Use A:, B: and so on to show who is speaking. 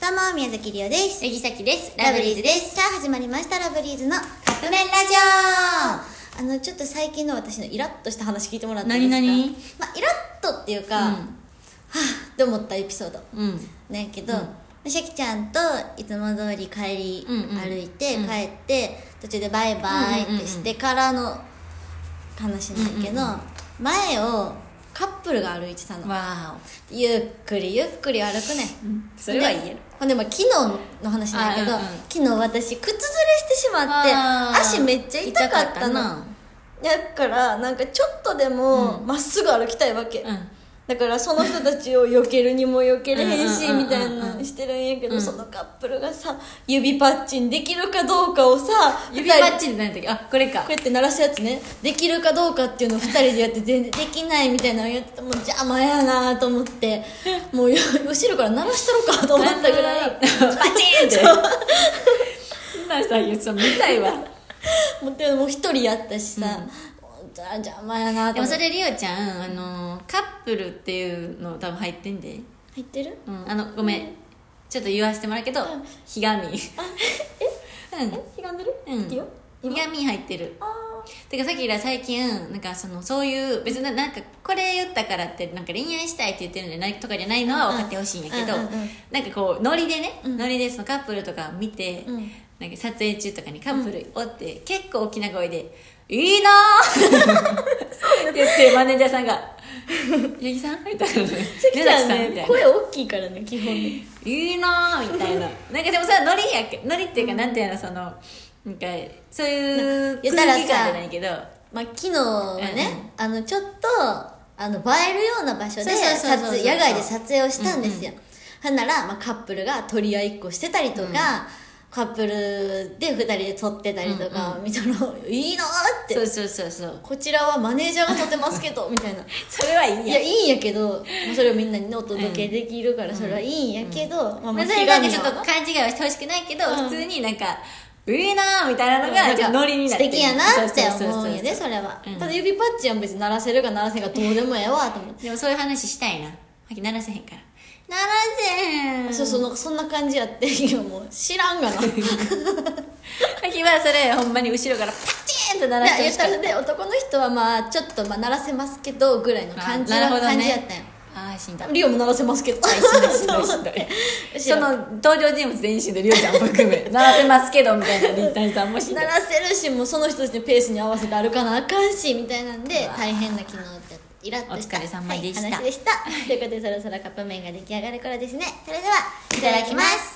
A: どうも、宮崎りおです。
B: えぎさきです。
A: ラ
B: ラ
A: ブ
B: ブ
A: リーズ
B: リーズ
A: で。
B: ですす。
A: さあ、始まりました、ラブリーズのカップ麺ラジオあの、ちょっと最近の私のイラッとした話聞いてもらっていいですか
B: 何々
A: まあ、イラッとっていうか、
B: うん
A: はぁ、って思ったエピソード。
B: うん。
A: なんやけど、
B: うん
A: まあシャキちゃんといつも通り帰り
B: うんうん
A: 歩いて、
B: うん
A: 帰って途中でバイバイってしてからの話なんやけど、
B: うんうん
A: 前をカップルが歩いてたの、
B: わ
A: ゆっくりゆっくり歩くね、
B: んそれは言える
A: ほんでほんでまあ昨日の話なんやけど、
B: あうんうん
A: 昨日私靴ずれしてしまって
B: あー
A: 足めっちゃ痛かった
B: 痛
A: の
B: かったな
A: だからなんかちょっとでもまっすぐ歩きたいわけ、
B: お。うん。
A: だからその人たちを避けるにも避けれへんし
B: うんうんうんうん
A: みたいなのしてるんやけど、
B: うん
A: そのカップルがさ指パッチンできるかどうかをさ
B: 指パッ
A: ン
B: チンで何やったっけあ、これか
A: こう。やって鳴らすやつねできるかどうかっていうのを2人でやって全然できないみたいなのをやっててもう邪魔やなと思ってもうよ後ろから鳴らしたろかと思 ったぐらい
B: パチンって。そんなんさ、言うと見たいわ。
A: もうでも1人やったしさ、
B: うん
A: もうじゃ邪魔やな
B: で
A: と
B: も
A: 思っ
B: そ
A: て
B: れ、りおちゃん、あの、カップルっていうの多分入ってんで。
A: 入ってる
B: うん。あの、ごめん。ちょっと言わせてもらうけど、ひがみ。うん。
A: ひがんでる、
B: うん。
A: いいよ
B: ひがみ入ってる。
A: あー
B: てかさっきら最近なんかそのそういう別になんかこれ言ったからってなんか恋愛したいって言ってるのじゃないとかじゃないのは分かってほしいんやけど、
A: うんうんうんうん
B: なんかこうノリでね、
A: うん
B: ノリでそのカップルとか見て、
A: うん
B: なんか撮影中とかにカップルおって、結構大きな声で「いいなーって言ってマネージャーさんが「八木さん?」みた
A: 関
B: いな「
A: ちゃん
B: みた
A: ね
B: いな
A: 声大きいからね基本ね
B: いいなーみたいななんかでもさノリやけノリっていうか、なんていうのそのなんかそういう
A: 言
B: 空
A: ったらさ
B: 気感じゃないけど
A: まあ、昨日はね、あのちょっとあの映えるような場所で
B: そうそうそうそう
A: 撮影野外で撮影をしたんですよ、ほんなら、まあ、カップルが取り合いっこしてたりとか、カップルで2人で撮ってたりとか、見たのいいなーって
B: そうそうそうそう
A: こちらはマネージャーが撮ってますけどみ たいな
B: それはいい
A: い
B: や
A: やいいんやけどまあそれをみんなにお届けできるから、それはいいんやけど、まあま
B: ま
A: あ
B: あ、それなん
A: 気
B: か
A: が
B: ちょっ
A: 向
B: と
A: くわ
B: 勘違いはしてほしくないけど、
A: うん
B: 普通になんか「うえな」みたいなの
A: な
B: が
A: ん
B: ちょ
A: か
B: っとノリになって
A: 素
B: る
A: 敵やなって
B: そうそう
A: 思
B: そううんそう
A: やでそれは、
B: うん
A: ただ指パッチンは別に鳴らせるか鳴らせんかどうでもええわと思って
B: でもそういう話したいなはっきりならせへんからならせへん
A: そうそうなんかそんな感じやって いやもう知らん がなだか
B: はっきりはそれほんまに後ろからパチンと鳴ら
A: ら
B: して
A: 言
B: ほ
A: っ
B: したから
A: で男の人はまあちょっとまあ鳴らせますけどぐらいの感じな
B: あなるほどね
A: 感じやったんよ
B: ああしんどい
A: リオも鳴らせますけど
B: しんどい しんどい
A: そ
B: そ
A: の
B: の登場人物全員しんどいりょうちゃんも含め鳴らせますけどみたいな立体さんもしんど
A: 鳴
B: い
A: らせるしもうその人たちのペースに合わせて歩かなあかんしみたいなんで
B: うわ
A: 大変な昨日ってイラッとした
B: お疲れ様でした
A: はい話でしたということでそろそろカップ麺が出来上がる頃ですねそれではいただきます